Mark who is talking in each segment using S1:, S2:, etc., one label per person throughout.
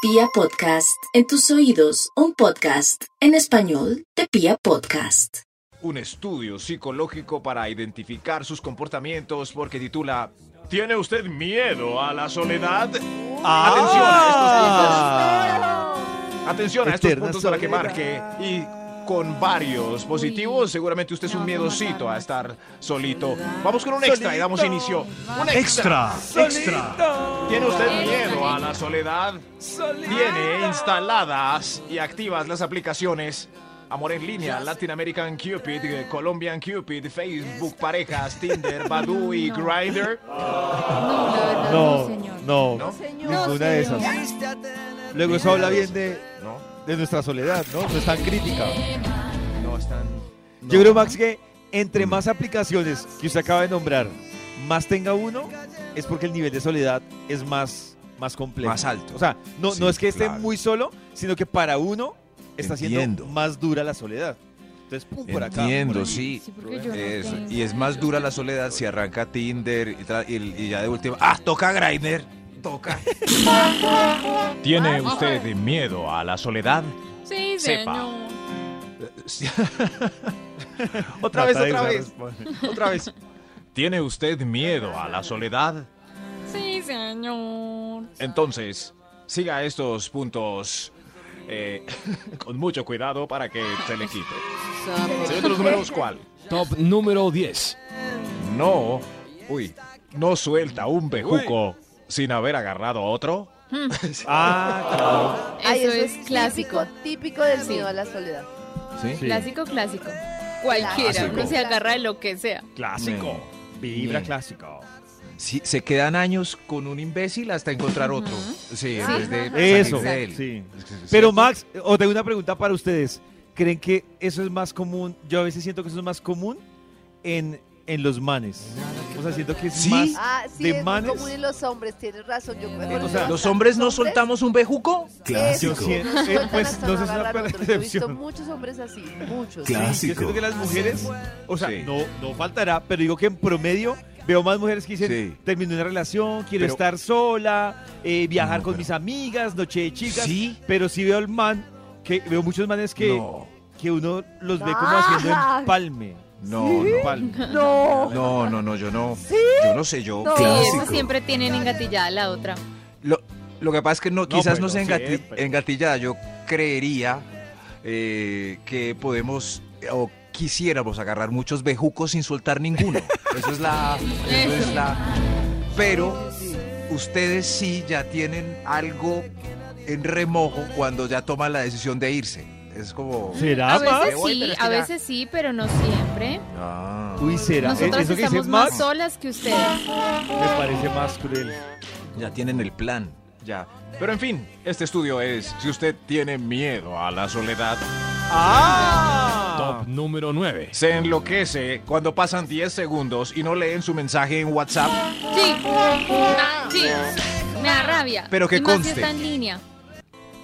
S1: Pia Podcast, en tus oídos, un podcast en español de Pia Podcast.
S2: un estudio psicológico para identificar sus comportamientos porque titula ¿Tiene usted miedo a la soledad?
S3: Ah.
S2: Ah. Atención a estos
S3: Eterna
S2: puntos para que
S3: soledad.
S2: marque y con varios positivos seguramente usted es un miedosito a estar solito. Vamos con un extra y damos inicio. Un extra. ¿Tiene usted miedo a la soledad? Tiene instaladas y activas las aplicaciones Amor en línea, Latin American Cupid, eh, Colombian Cupid, Facebook Parejas, Tinder, Badoo y Grindr.
S4: No, la verdad no,
S3: No,
S4: señor.
S3: no,
S2: No,
S3: ninguna de esas. Luego eso habla bien de,
S2: No,
S3: de nuestra soledad, ¿no? No es tan crítica.
S2: no están.
S3: Yo creo, Max, que entre más aplicaciones que usted acaba de nombrar, más tenga uno, es porque el nivel de soledad es más, más complejo.
S5: Más alto.
S3: O sea, no,
S5: Sí,
S3: no es que esté
S5: claro.
S3: muy solo, sino que para uno está siendo
S5: Entiendo.
S3: más dura la soledad. Entonces, pum, por acá.
S5: Entiendo,
S3: por allí.
S5: sí.
S4: Sí, porque yo no
S5: Eso,
S4: tengo.
S5: Y es más dura la soledad si arranca Tinder y, tra- y- y ya de última. ¡Ah, toca Grindr! Toca.
S2: ¿Tiene usted miedo a la soledad?
S4: Sí,
S2: Sepa.
S4: señor.
S2: otra vez,
S3: Mata de
S2: otra
S3: una
S2: vez.
S3: respuesta.
S2: Otra vez. ¿Tiene usted miedo a la soledad?
S4: Sí, señor.
S2: Entonces, siga estos puntos eh, con mucho cuidado para que se le quite. Señor de los números, ¿cuál?
S6: Top número 10.
S2: No, uy, no suelta un bejuco sin haber agarrado otro.
S3: Ah, claro.
S7: Ay,
S4: eso, es, clásico.
S7: Típico, típico del
S4: Sí.
S7: miedo a la soledad.
S5: ¿Sí?
S4: Clásico, clásico. Cualquiera,
S5: Clásico.
S4: uno se agarra de lo que sea.
S3: Clásico. Vibra clásico.
S5: Sí, se quedan años con un imbécil hasta encontrar otro. Sí, en vez de salir
S3: Eso.
S5: de él.
S3: Sí.
S5: Es que-
S3: Pero Max, eh, o tengo una pregunta para ustedes. ¿Creen que eso es más común? Yo a veces siento que eso es más común en, en los manes. O sea, siento que es
S5: ¿Sí?
S3: más...
S7: Ah, sí,
S3: ¿De
S7: es muy
S3: manes?
S7: común en los hombres, tienes razón. Yo creo que
S3: Eh, o sea,
S5: ¿Los hombres no
S7: hombres?
S5: soltamos un bejuco?
S3: Yo siento, eh, pues no sé si es una buena
S7: Yo he visto
S3: excepción.
S7: muchos hombres así, muchos.
S3: Sí, Yo siento que las mujeres, o sea,
S5: Sí.
S3: no, no faltará, pero digo que en promedio veo más mujeres que dicen,
S5: Sí.
S3: terminé una relación, quiero
S5: Pero-
S3: estar sola, eh, viajar
S5: No,
S3: con
S5: pero-
S3: mis amigas, noche de chicas.
S5: Sí.
S3: Pero sí veo el man, que veo muchos manes que,
S5: No,
S3: que uno los ve como haciendo
S7: Ah.
S3: empalme.
S5: no,
S3: Empalme.
S7: No.
S5: no, no, no, no, yo no. Yo no sé, yo.
S7: No.
S4: Sí,
S7: Clásico.
S4: esa siempre tienen engatillada la otra.
S5: Lo, lo que pasa es que no, quizás
S3: pero
S5: no sea engati-
S3: siempre.
S5: engatillada. Yo creería eh, que podemos eh, o quisiéramos agarrar muchos bejucos sin soltar ninguno. Eso es la. eso es la- Pero ustedes sí ya tienen algo en remojo cuando ya toman la decisión de irse. Es como.
S3: ¿Será
S4: A
S3: Max?
S4: veces
S5: Ah, Voy,
S4: sí,
S5: pero es
S4: a
S5: que ya-
S4: veces sí, pero no siempre.
S5: Ah.
S3: Uy, será. Eh,
S4: Nosotras
S3: Eso que dice
S4: estamos más
S3: Max
S4: solas que ustedes.
S3: me parece más cruel.
S5: ya tienen el plan.
S2: Ya. Pero en fin, este estudio es si usted tiene miedo a la soledad,
S6: Top número 9.
S2: se enloquece cuando pasan 10 segundos y no leen su mensaje en WhatsApp.
S4: Sí, Ah, sí. Me da rabia.
S5: Pero que
S4: y más si
S5: conste.
S4: está en línea.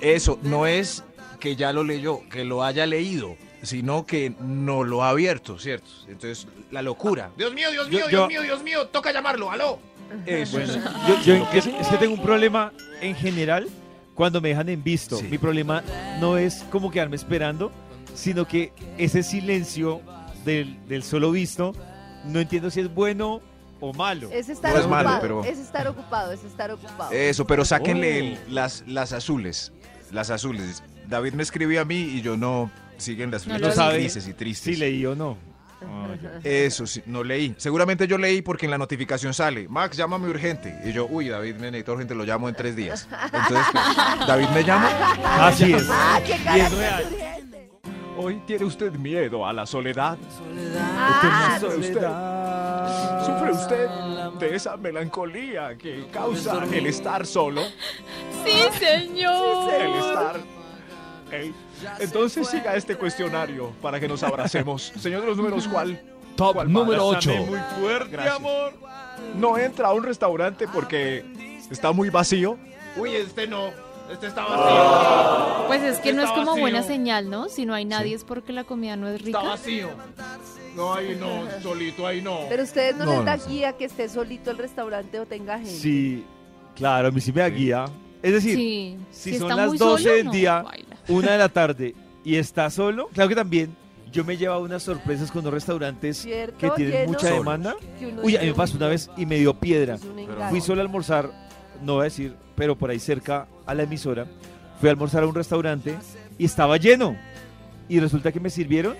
S5: Eso no es que ya lo leyó, que lo haya leído, sino que no lo ha abierto, ¿cierto? Entonces, la locura.
S2: Dios mío, Dios
S3: Yo-
S2: mío,
S3: yo-
S2: Dios mío, Dios mío, toca llamarlo, aló.
S5: Eso es.
S3: Yo, yo- es, es que tengo un problema en general cuando me dejan en visto.
S5: Sí.
S3: Mi problema no es como quedarme esperando, sino que ese silencio del, del solo visto, no entiendo si es bueno o malo. Eh,
S7: Es estar
S5: No es
S7: ocupado,
S5: malo, pero-
S7: es estar ocupado, es estar ocupado.
S5: Eso, pero sáquenle el- las, las azules. Las azules. David me escribió a mí y yo no. Siguen las
S4: No
S5: flechas
S4: lo sabe.
S5: grises y
S3: Si
S5: tristes.
S3: leí o no.
S5: Eso, sí, no leí. Seguramente yo leí porque en la notificación sale, Max, llámame urgente. Y yo, uy, David, me necesito urgente, lo llamo en tres días. Entonces, pues, David me llama.
S3: Así es.
S7: ¡Ah,
S3: Y
S7: qué
S3: es
S7: cara!
S3: real.
S2: Hoy tiene usted miedo a la soledad.
S7: Ah,
S2: ¿Sufre usted? ¿Sufre usted de esa melancolía que causa el estar solo?
S4: Sí, señor.
S2: El
S6: Oh
S2: estar. el- Entonces siga este cuestionario para que nos abracemos. Señor de los números, ¿cuál?
S6: Top
S2: ¿Cuál va?
S6: número 8.
S3: Abrázame muy fuerte,
S2: Gracias.
S3: amor.
S2: No entra a un restaurante porque está muy vacío. Uy, este no. Este está vacío.
S4: Pues es que no es
S2: Está
S4: como
S2: vacío.
S4: buena señal, ¿no? Si no hay nadie es porque la comida no es rica.
S2: vacío. No, ahí no, solito, ahí no.
S7: Pero ustedes no,
S5: No,
S7: les da
S5: no sé.
S7: guía que esté solito el restaurante o tenga gente.
S3: Sí, claro, a mí sí me da guía. Es decir,
S4: Sí.
S3: si
S4: está
S3: son las
S4: muy
S3: 12
S4: solo,
S3: del
S4: no,
S3: día,
S4: baila.
S3: una de la tarde y está solo, claro que también yo me he llevado unas sorpresas con los restaurantes
S7: ¿Cierto?
S3: que tienen
S7: Lleno,
S3: mucha
S5: Solos.
S3: demanda.
S7: que uno
S3: Uy, a
S7: dice,
S3: mí me pasó una vez y me dio piedra.
S7: es un
S5: Pero
S7: engaño.
S3: Fui solo a almorzar, no voy a decir, pero por ahí cerca a la emisora, fui a almorzar a un restaurante y estaba lleno. Y resulta que me sirvieron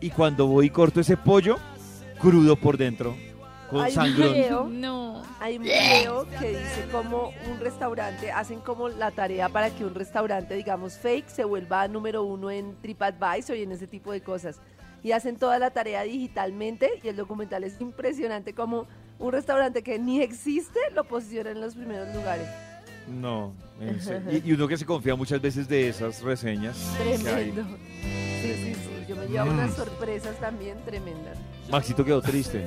S3: y cuando voy y corto ese pollo, crudo por dentro, con
S7: Ay,
S3: sangrón.
S7: qué- Creo.
S4: No.
S7: Hay un video que dice cómo un restaurante, hacen como la tarea para que un restaurante, digamos, fake, se vuelva número uno en TripAdvisor y en ese tipo de cosas. Y hacen toda la tarea digitalmente y el documental es impresionante como un restaurante que ni existe lo posiciona en los primeros lugares.
S3: No, en serio. y, y uno que se confía muchas veces de esas reseñas. que hay.
S7: Tremendo. Sí, sí, sí. Yo me llevo
S5: Mm.
S7: unas sorpresas también tremendas.
S3: Maxito quedó triste.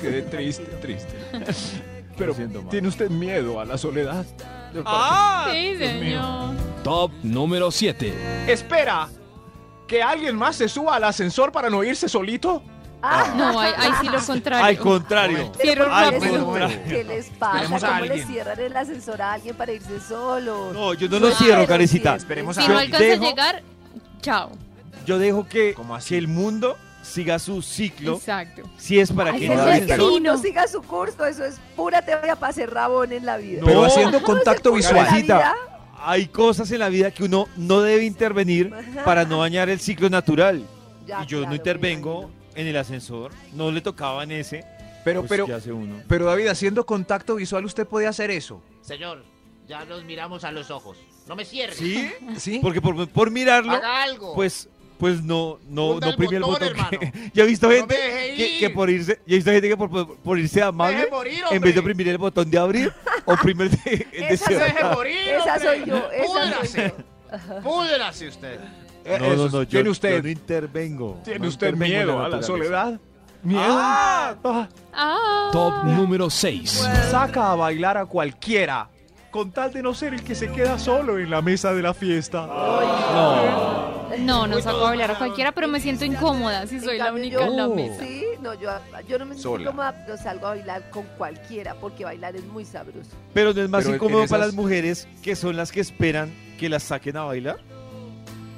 S2: Quedé triste, triste. Pero
S3: Lo siento, Max.
S2: ¿tiene usted miedo a la soledad? Ah.
S3: Ah,
S4: Sí, señor.
S6: Top número 7.
S2: Espera, ¿que alguien más se suba al ascensor para no irse solito?
S7: Ah,
S4: No, ahí, ahí sí lo contrario.
S3: Al contrario.
S4: Cierro
S3: Al
S7: ¿qué les-
S4: rápido.
S3: contrario.
S7: ¿Qué les pasa?
S5: Esperemos a
S7: ¿Cómo le
S5: alguien.
S7: cierran el ascensor a alguien para irse solo?
S3: No, yo no lo cierro, carecita.
S5: Esperemos
S4: Si
S5: Yo
S4: no alcanza
S3: dejo-
S4: a llegar, chao.
S3: Yo dejo que,
S5: ¿Cómo así?
S3: que el mundo siga su ciclo.
S4: Exacto.
S3: Si es para
S7: Ay,
S3: que
S5: no
S7: eso
S5: la
S7: es
S5: venta.
S7: que
S3: ascensor-
S7: uno siga su curso, eso es pura teoría para hacer rabón en la vida.
S3: No,
S5: Pero haciendo contacto
S7: Uno se
S5: visual.
S7: pone la vida-
S3: Hay cosas en la vida que uno no debe intervenir para no dañar el ciclo natural.
S7: Ya,
S3: y yo
S7: claro,
S3: no
S7: me
S3: intervengo
S7: imagino.
S3: en el ascensor, no le tocaba en ese,
S5: Pero,
S3: pues,
S5: pero,
S3: ¿qué hace uno?
S5: pero David, haciendo contacto visual, usted puede hacer eso.
S8: Señor, ya nos miramos a los ojos. No me cierre.
S3: ¿Sí?
S5: ¿Sí?
S3: Porque por, por mirarlo,
S8: Haga algo.
S3: pues, pues no, no, no
S8: Hunda el
S3: oprime el
S8: botón,
S3: botón. que-
S8: hermano.
S3: yo he visto
S8: me
S3: gente
S8: deje
S3: que,
S8: ir.
S3: que por irse, yo he visto gente que por, por- por irse amable,
S8: Deje
S3: en
S8: morir,
S3: vez de
S8: hombre.
S3: oprimir el botón de abrir, oprime el de, el de
S7: Esa
S8: ¡Se
S3: cerrar.
S8: deje morir,
S7: Esa
S8: hombre!
S7: soy yo, esa soy yo.
S8: Púdrase. Púdrase usted.
S2: Eh,
S3: No, no,
S2: eso,
S3: no, yo,
S2: ¿Tiene
S3: yo
S2: usted,
S3: no intervengo.
S2: ¿tiene
S3: no
S2: usted
S3: intervengo en
S2: miedo a la
S3: naturaleza.
S2: soledad? ¿Miedo? Ah,
S4: Ah.
S6: Top número 6.
S2: saca a bailar a cualquiera. Con tal de no ser el que se queda solo en la mesa de la fiesta.
S4: No, no saco a bailar a cualquiera, pero me siento incómoda si
S7: En
S4: soy la
S7: cambio,
S4: única en la
S7: yo-
S4: mesa.
S7: Sí, no, yo, yo no me siento
S5: Sola.
S7: cómoda, pero salgo a bailar con cualquiera, porque bailar es muy sabroso.
S3: Pero no es más
S5: Pero en
S3: incómodo para
S5: esas-
S3: las mujeres que son las que esperan que las saquen a bailar.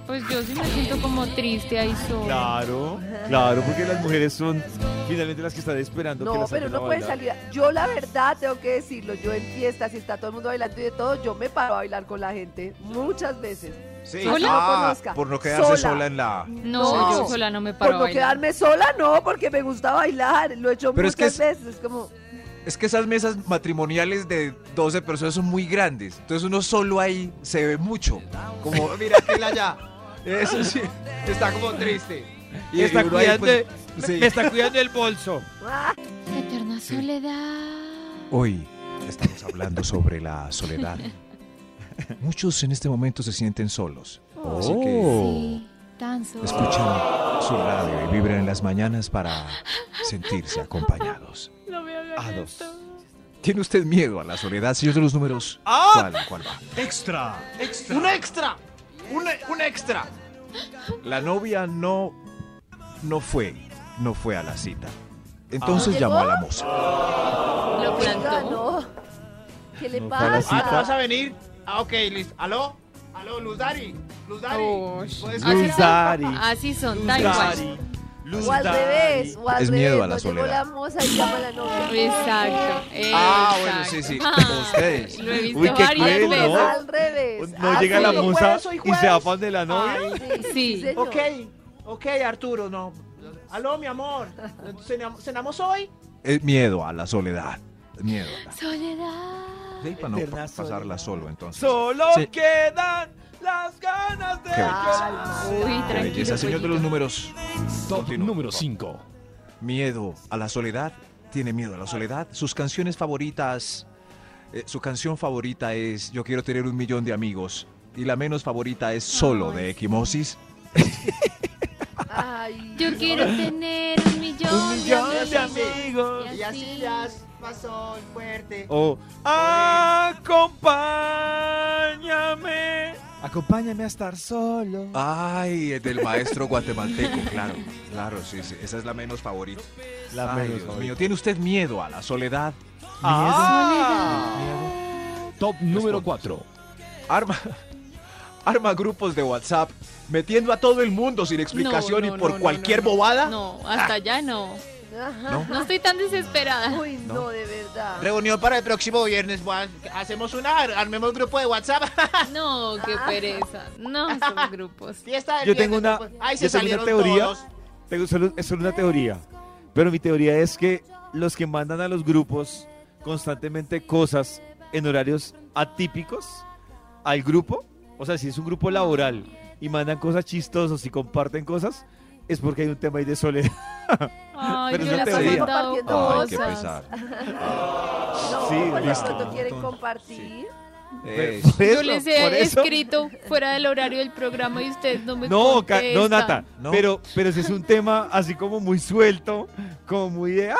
S4: Pues yo sí me siento como triste ahí sola.
S3: Claro, claro, porque las mujeres son finalmente las que están esperando que
S7: No,
S3: las
S7: pero
S3: saquen a
S7: no puede
S3: bailar.
S7: salir. a- Yo la verdad tengo que decirlo, yo en fiestas, si está todo el mundo bailando y de todo, yo me paro a bailar con la gente muchas veces.
S5: Sí.
S4: Hola.
S5: Ah,
S7: No conozca.
S5: por no quedarse sola,
S7: Sola.
S5: en la...
S4: No,
S7: No.
S4: yo sola no me
S7: Por
S4: paro a
S7: no
S4: bailar.
S7: quedarme sola, no, porque me gusta bailar. Lo he hecho
S5: Pero es que
S7: muchas veces. Es como,
S5: Es que esas mesas matrimoniales de 12 personas son muy grandes. Entonces uno solo ahí se ve mucho. Como, mira aquel allá. Eso sí, está como triste.
S3: Me está
S5: uno ahí, pues,
S3: cuidando-
S5: sí.
S3: Me está cuidando el bolso.
S7: ¡ah!
S4: Eterna
S5: Sí.
S4: soledad.
S5: Hoy estamos hablando sobre la soledad. Muchos en este momento se sienten solos. Así
S3: Oh.
S5: que
S4: Sí, tan sola.
S5: escuchan su radio y vibran en las mañanas para sentirse acompañados.
S4: No me
S5: A
S4: hagan
S5: dos.
S4: esto.
S5: ¿Tiene usted miedo a la soledad? Señor de los números, ¿cuál, cuál va?
S2: ¡Un ¡Ah! extra! ¡Un, e- un extra!
S5: La novia no, no fue, no fue a la cita. Entonces
S7: Ah.
S5: llamó a la moza.
S4: Lo
S7: Oiga,
S4: plantó.
S7: no. ¿Qué le
S3: No, para la
S7: pasa?
S8: Ah, ¿te vas a venir? Ah, ok, listo. ¿Aló? ¿Aló, Luz Dari? Luz Dari.
S4: Ush.
S8: ¿Puedes
S4: Así
S8: venir?
S3: Luz Dari.
S4: son, así son, tal cual.
S3: Dari, Luz
S7: Ah, O al
S3: Dari.
S7: revés, o al
S5: Es
S7: revés.
S5: miedo a la
S7: no llegó
S5: soledad.
S7: la moza y llama a la novia.
S4: Exacto.
S5: Ah, bueno,
S4: exacto.
S5: sí, sí,
S4: Ay,
S5: ustedes.
S4: Lo he visto
S3: Uy, qué
S4: varias
S3: cruel,
S4: veces.
S3: ¿no?
S7: Al revés.
S3: No llega
S7: Ah,
S3: la
S7: sí.
S3: moza
S8: soy
S3: y
S8: juez.
S3: se afan de la novia.
S7: Ay, sí,
S4: Sí.
S7: señor.
S8: Ok, ok, Arturo, no. ¿Aló, mi amor? ¿Cenam- ¿Cenamos hoy?
S5: Eh, miedo a la soledad. Miedo a la
S4: Soledad.
S5: Sí, para no
S3: Eterna
S5: pa- pasarla
S3: soledad.
S5: solo entonces.
S3: Solo
S5: Sí.
S3: quedan las ganas de
S5: Qué belleza.
S4: Uy,
S5: Qué belleza,
S4: tranquilo.
S5: señor de los
S4: pollito.
S5: números.
S6: Top
S5: Continúa,
S6: número
S5: por favor.
S6: 5.
S5: Miedo a la soledad. Tiene miedo a la soledad. Sus canciones favoritas. eh, su canción favorita es Yo quiero tener un millón de amigos. Y la menos favorita es Solo de Equimosis.
S7: Ay,
S4: Yo quiero tener un millón,
S3: Un millón
S4: de
S3: de
S4: amigos.
S3: amigos.
S8: Y así las pasó el fuerte.
S3: O acompáñame. Acompáñame a estar solo.
S5: Ay, es del maestro guatemalteco, claro. Claro, sí, sí. Esa es la menos favorita.
S3: La
S5: Ay,
S3: menos
S5: Dios
S3: favorita.
S5: mío. ¿Tiene usted miedo a la soledad?
S3: Ah.
S6: Top número 4.
S5: Arma, arma grupos de WhatsApp metiendo a todo el mundo sin explicación
S4: No, no,
S5: y por
S4: no, no,
S5: cualquier
S4: no, no.
S5: bobada.
S4: No, hasta allá no.
S7: Ajá.
S5: ¿No?
S4: No estoy tan desesperada.
S7: Uy, no, de verdad.
S2: Reunión para el próximo viernes, Juan. Hacemos una, armemos grupo de WhatsApp.
S4: No, qué pereza. No, son grupos.
S2: Fiesta del
S3: Yo tengo una,
S2: viernes, pues. Ahí se
S3: yo tengo una
S2: salieron
S3: teoría.
S2: todos.
S3: Tengo solo, es solo una teoría. Pero mi teoría es que los que mandan a los grupos constantemente cosas en horarios atípicos al grupo, o sea, si es un grupo laboral y mandan cosas chistosas y comparten cosas, es porque hay un tema ahí de soledad.
S4: Ay,
S3: Pero
S4: yo
S3: es una
S4: les he
S3: teoría.
S4: mandado
S7: Ay,
S5: Ay, qué
S4: cosas.
S5: pesar.
S7: No,
S3: Sí,
S7: por lo
S3: listo.
S7: pronto quieren compartir.
S5: Eh,
S3: Por
S4: Yo
S3: eso,
S4: les
S3: por
S4: he
S3: eso-
S4: escrito fuera del horario del programa y ustedes no me
S3: No, ca-
S4: contestan.
S3: no, Nata,
S5: No.
S3: Pero, pero si es un tema así como muy suelto, como muy de, ay,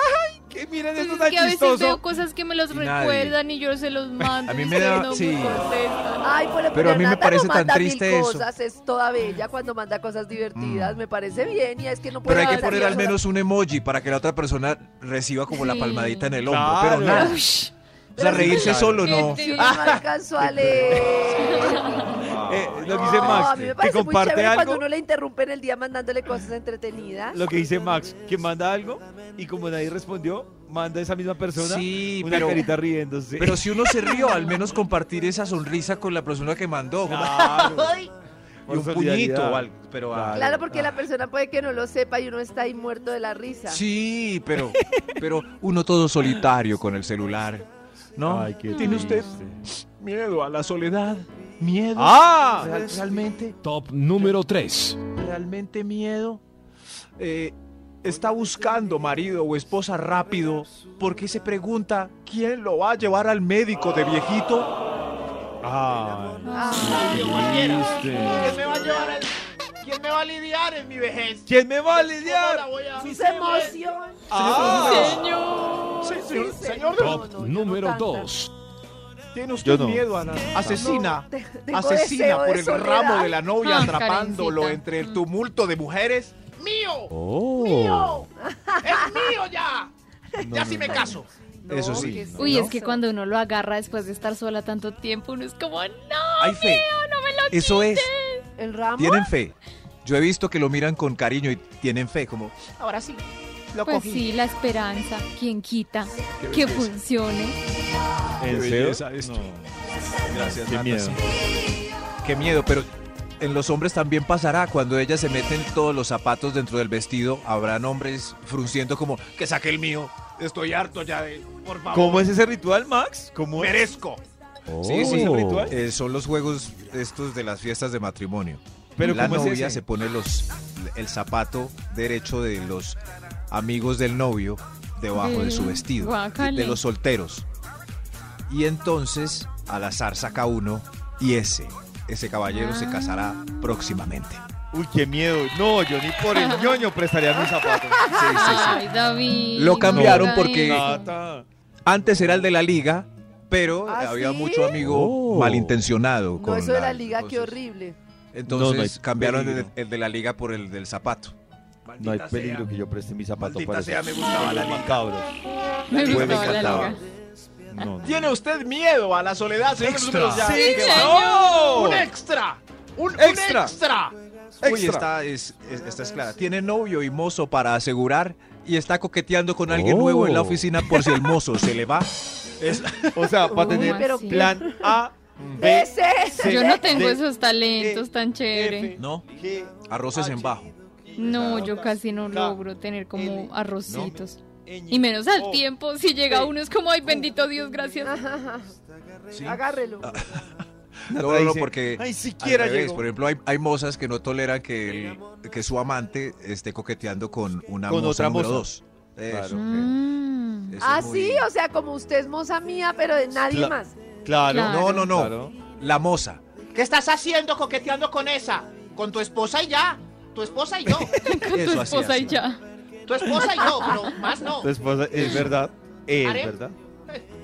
S3: que miren
S4: Pues
S3: esto
S4: es
S3: tan
S4: que a veces
S3: chistoso.
S4: veo cosas que me los
S5: Y nadie.
S4: recuerdan y yo se los mando.
S5: A
S4: y
S5: mí me
S4: ustedes
S5: da-
S4: no
S5: sí.
S4: contestan.
S7: Ay, pues, por lo-
S5: Pero a mí me
S7: Nata no
S5: parece tan
S7: manda mil
S5: triste eso. Mm.
S7: cosas, Es toda bella cuando manda cosas divertidas. Me parece bien y es que no puede
S5: pero hay que
S7: mandar
S3: pues,
S5: poner al
S7: cosas-
S5: menos un emoji para que la otra persona reciba como la
S4: Sí.
S5: palmadita en el hombro.
S3: Claro.
S5: Pero nada.
S4: Uy,
S5: O sea, reírse
S3: Claro.
S5: solo no.
S4: qué
S7: Sí,
S4: triste.
S7: no alcanzó a leer.
S3: Eh,
S5: Ah.
S3: lo que
S7: No,
S3: dice
S7: a
S3: Max,
S7: mí me
S3: que
S7: parece muy
S3: comparte
S7: chévere cuando
S3: algo.
S7: uno le interrumpe en el día mandándole cosas entretenidas.
S3: Lo que dice Max, que manda algo y como nadie respondió, manda a esa misma persona
S5: Sí,
S3: una
S5: pero,
S3: carita riéndose.
S5: pero si uno se rió, al menos compartir esa sonrisa con la persona que mandó.
S3: Claro.
S5: Y un
S3: Por
S5: puñito
S3: solidaridad.
S5: o algo. Pero, ah,
S7: Claro, porque la persona puede que no lo sepa y uno está ahí muerto de la risa.
S5: Sí, pero, pero uno todo solitario con el celular. ¿No?
S3: Ay, qué
S5: ¿Tiene usted
S3: triste.
S5: miedo a la soledad? ¿Miedo?
S3: ¡Ah!
S5: Real- realmente,
S6: Top número 3.
S5: realmente miedo. Eh, está buscando marido o esposa rápido porque se pregunta quién lo va a llevar al médico de viejito.
S3: Ay,
S7: Ay,
S3: triste.
S2: ¿Quién me va a llevar el- ¿Quién me va a lidiar en mi vejez?
S3: ¿Quién me va a
S2: ¿Cómo la
S3: lidiar?
S2: voy a-
S7: sus emociones.
S2: Ah,
S4: Señor.
S2: Sí, señor-
S7: Sí,
S2: señor,
S7: señor.
S6: Top
S7: no, yo no
S6: número
S7: tanta.
S6: 2.
S2: ¿tiene
S3: Yo
S2: usted
S3: no.
S2: miedo a la asesina?
S7: Te- tengo
S2: Asesina
S7: deseo
S2: por
S7: de
S2: el
S7: soledad.
S2: ramo de la novia
S4: Ah,
S2: atrapándolo
S4: Karencita.
S2: entre el
S4: Mm.
S2: tumulto de mujeres. ¡Mío!
S3: Oh.
S2: ¡Mío! ¡Es mío ya! ya sí me caso.
S7: No,
S5: Eso sí.
S7: que sí.
S4: Uy,
S5: ¿No?
S4: es que cuando uno lo agarra después de estar sola tanto tiempo, uno es como, no,
S5: Hay fe.
S4: no me lo
S5: Eso es.
S7: ¿El ramo?
S5: Tienen fe. Yo he visto que lo miran con cariño y tienen fe, como
S2: Ahora sí. Lo
S4: Pues
S2: cogí.
S4: sí, la esperanza, quien quita, que funcione.
S3: ¿En
S5: Qué
S3: serio?
S5: belleza esto. Gracias,
S3: Qué
S5: Nata,
S3: miedo.
S5: sí. Qué miedo, pero en los hombres también pasará. Cuando ellas se meten todos los zapatos dentro del vestido, habrán hombres frunciendo como que saque el mío.
S2: Estoy harto ya de. Por favor.
S3: ¿Cómo es ese ritual, Max? ¿Cómo es?
S2: Merezco.
S3: Sí, sí. ¿Es un ritual?
S5: Eh, son los juegos estos de las fiestas de matrimonio.
S3: Pero
S5: la
S3: ¿cómo es
S5: novia
S3: ese?
S5: se pone los el zapato derecho de los amigos del novio debajo de su
S4: Mm,
S5: vestido,
S4: guácale.
S5: de los solteros. Y entonces al azar saca uno y ese ese caballero
S7: Ah.
S5: se casará próximamente.
S3: Uy, qué miedo. No, yo ni por el ñoño prestaría mis zapatos.
S4: Ay, David.
S5: Lo
S4: no
S5: cambiaron
S4: haga
S5: porque-
S4: eso.
S3: Nata.
S5: Antes era el de la liga, pero
S7: ¿Ah,
S5: había
S7: sí?
S5: mucho amigo
S3: Oh.
S5: malintencionado
S7: No,
S5: con
S7: eso de la liga, qué
S5: entonces-
S7: horrible.
S5: Entonces
S3: No, no hay
S5: cambiaron el,
S3: peligro.
S5: el de la liga por el del zapato.
S3: No hay peligro que yo preste mis zapatos
S5: Maldita
S3: para
S5: sea,
S3: esos
S5: me gustaba la liga.
S3: macabros.
S4: Me
S5: Pues me
S4: gustaba la
S5: encantaba.
S4: liga.
S3: No, no.
S2: ¿Tiene usted miedo a la soledad, señor?
S6: Extra.
S2: Números ya. ¿Qué va? ¡Un extra! ¡Un un
S5: Extra.
S2: extra!
S5: Uy, esta es, es- esta es clara. Tiene novio y mozo para asegurar y está coqueteando con alguien
S3: Oh.
S5: nuevo en la oficina por si el mozo se le va.
S3: O sea, para
S4: Uy,
S3: tener
S4: pero
S7: qué-
S3: plan
S2: ah,
S3: A, B,
S7: Ese es.
S3: Sí.
S4: Yo no tengo
S3: De-
S4: esos talentos tan chévere.
S5: ¿No?
S3: G,
S5: Arroces
S3: Ah,
S5: en bajo.
S4: No, yo casi no logro tener como arrocitos. Y menos
S5: Oh.
S4: al tiempo, si llega uno es como, ay, bendito Dios, gracias.
S7: Agárrelo.
S5: Ah, No,
S3: Ahí
S5: no, no,
S3: dice,
S5: porque
S3: "Ay,
S5: al
S3: siquiera
S5: revés,
S3: llegó".
S5: por ejemplo, hay, hay mozas que no toleran que, el- que su amante esté coqueteando con una
S3: Con
S5: moza
S3: otra
S5: número
S3: moza.
S5: dos. Eso, Eh,
S3: Claro.
S4: Mm.
S5: eso es
S7: Ah,
S5: muy-
S7: sí, o sea, como usted es moza mía, pero de nadie
S3: Cla-
S7: más.
S3: Claro.
S4: Claro.
S5: No, no, no.
S3: Claro.
S5: La moza.
S2: ¿Qué estás haciendo coqueteando con esa? Con tu esposa y ya. Tu esposa y yo.
S4: Con tu
S5: Eso así,
S4: esposa y
S5: así.
S4: ya.
S2: Tu esposa y yo, pero más no.
S3: Tu esposa, es verdad. Es
S2: Are-
S3: verdad.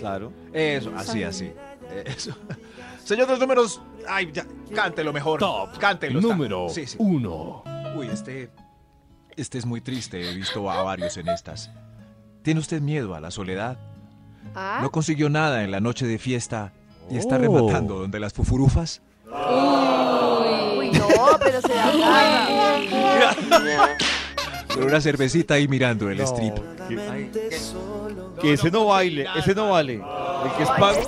S3: Claro.
S5: Eso, así, así.
S2: Eh, Eso. Señor de los números, ay, ya, cántelo mejor.
S6: Top
S2: cántelo. está.
S6: número
S2: Sí, sí.
S6: 1.
S5: Uy, este, este es muy triste. He visto a varios en estas. ¿Tiene usted miedo a la soledad?
S7: Ah,
S5: No consiguió nada en la noche de fiesta y
S3: Oh.
S5: está rematando donde las fufurufas.
S7: Uy, no, pero se da garra.
S5: Con una cervecita ahí mirando el strip.
S3: Que ese no baile, ese no vale. El que es pago,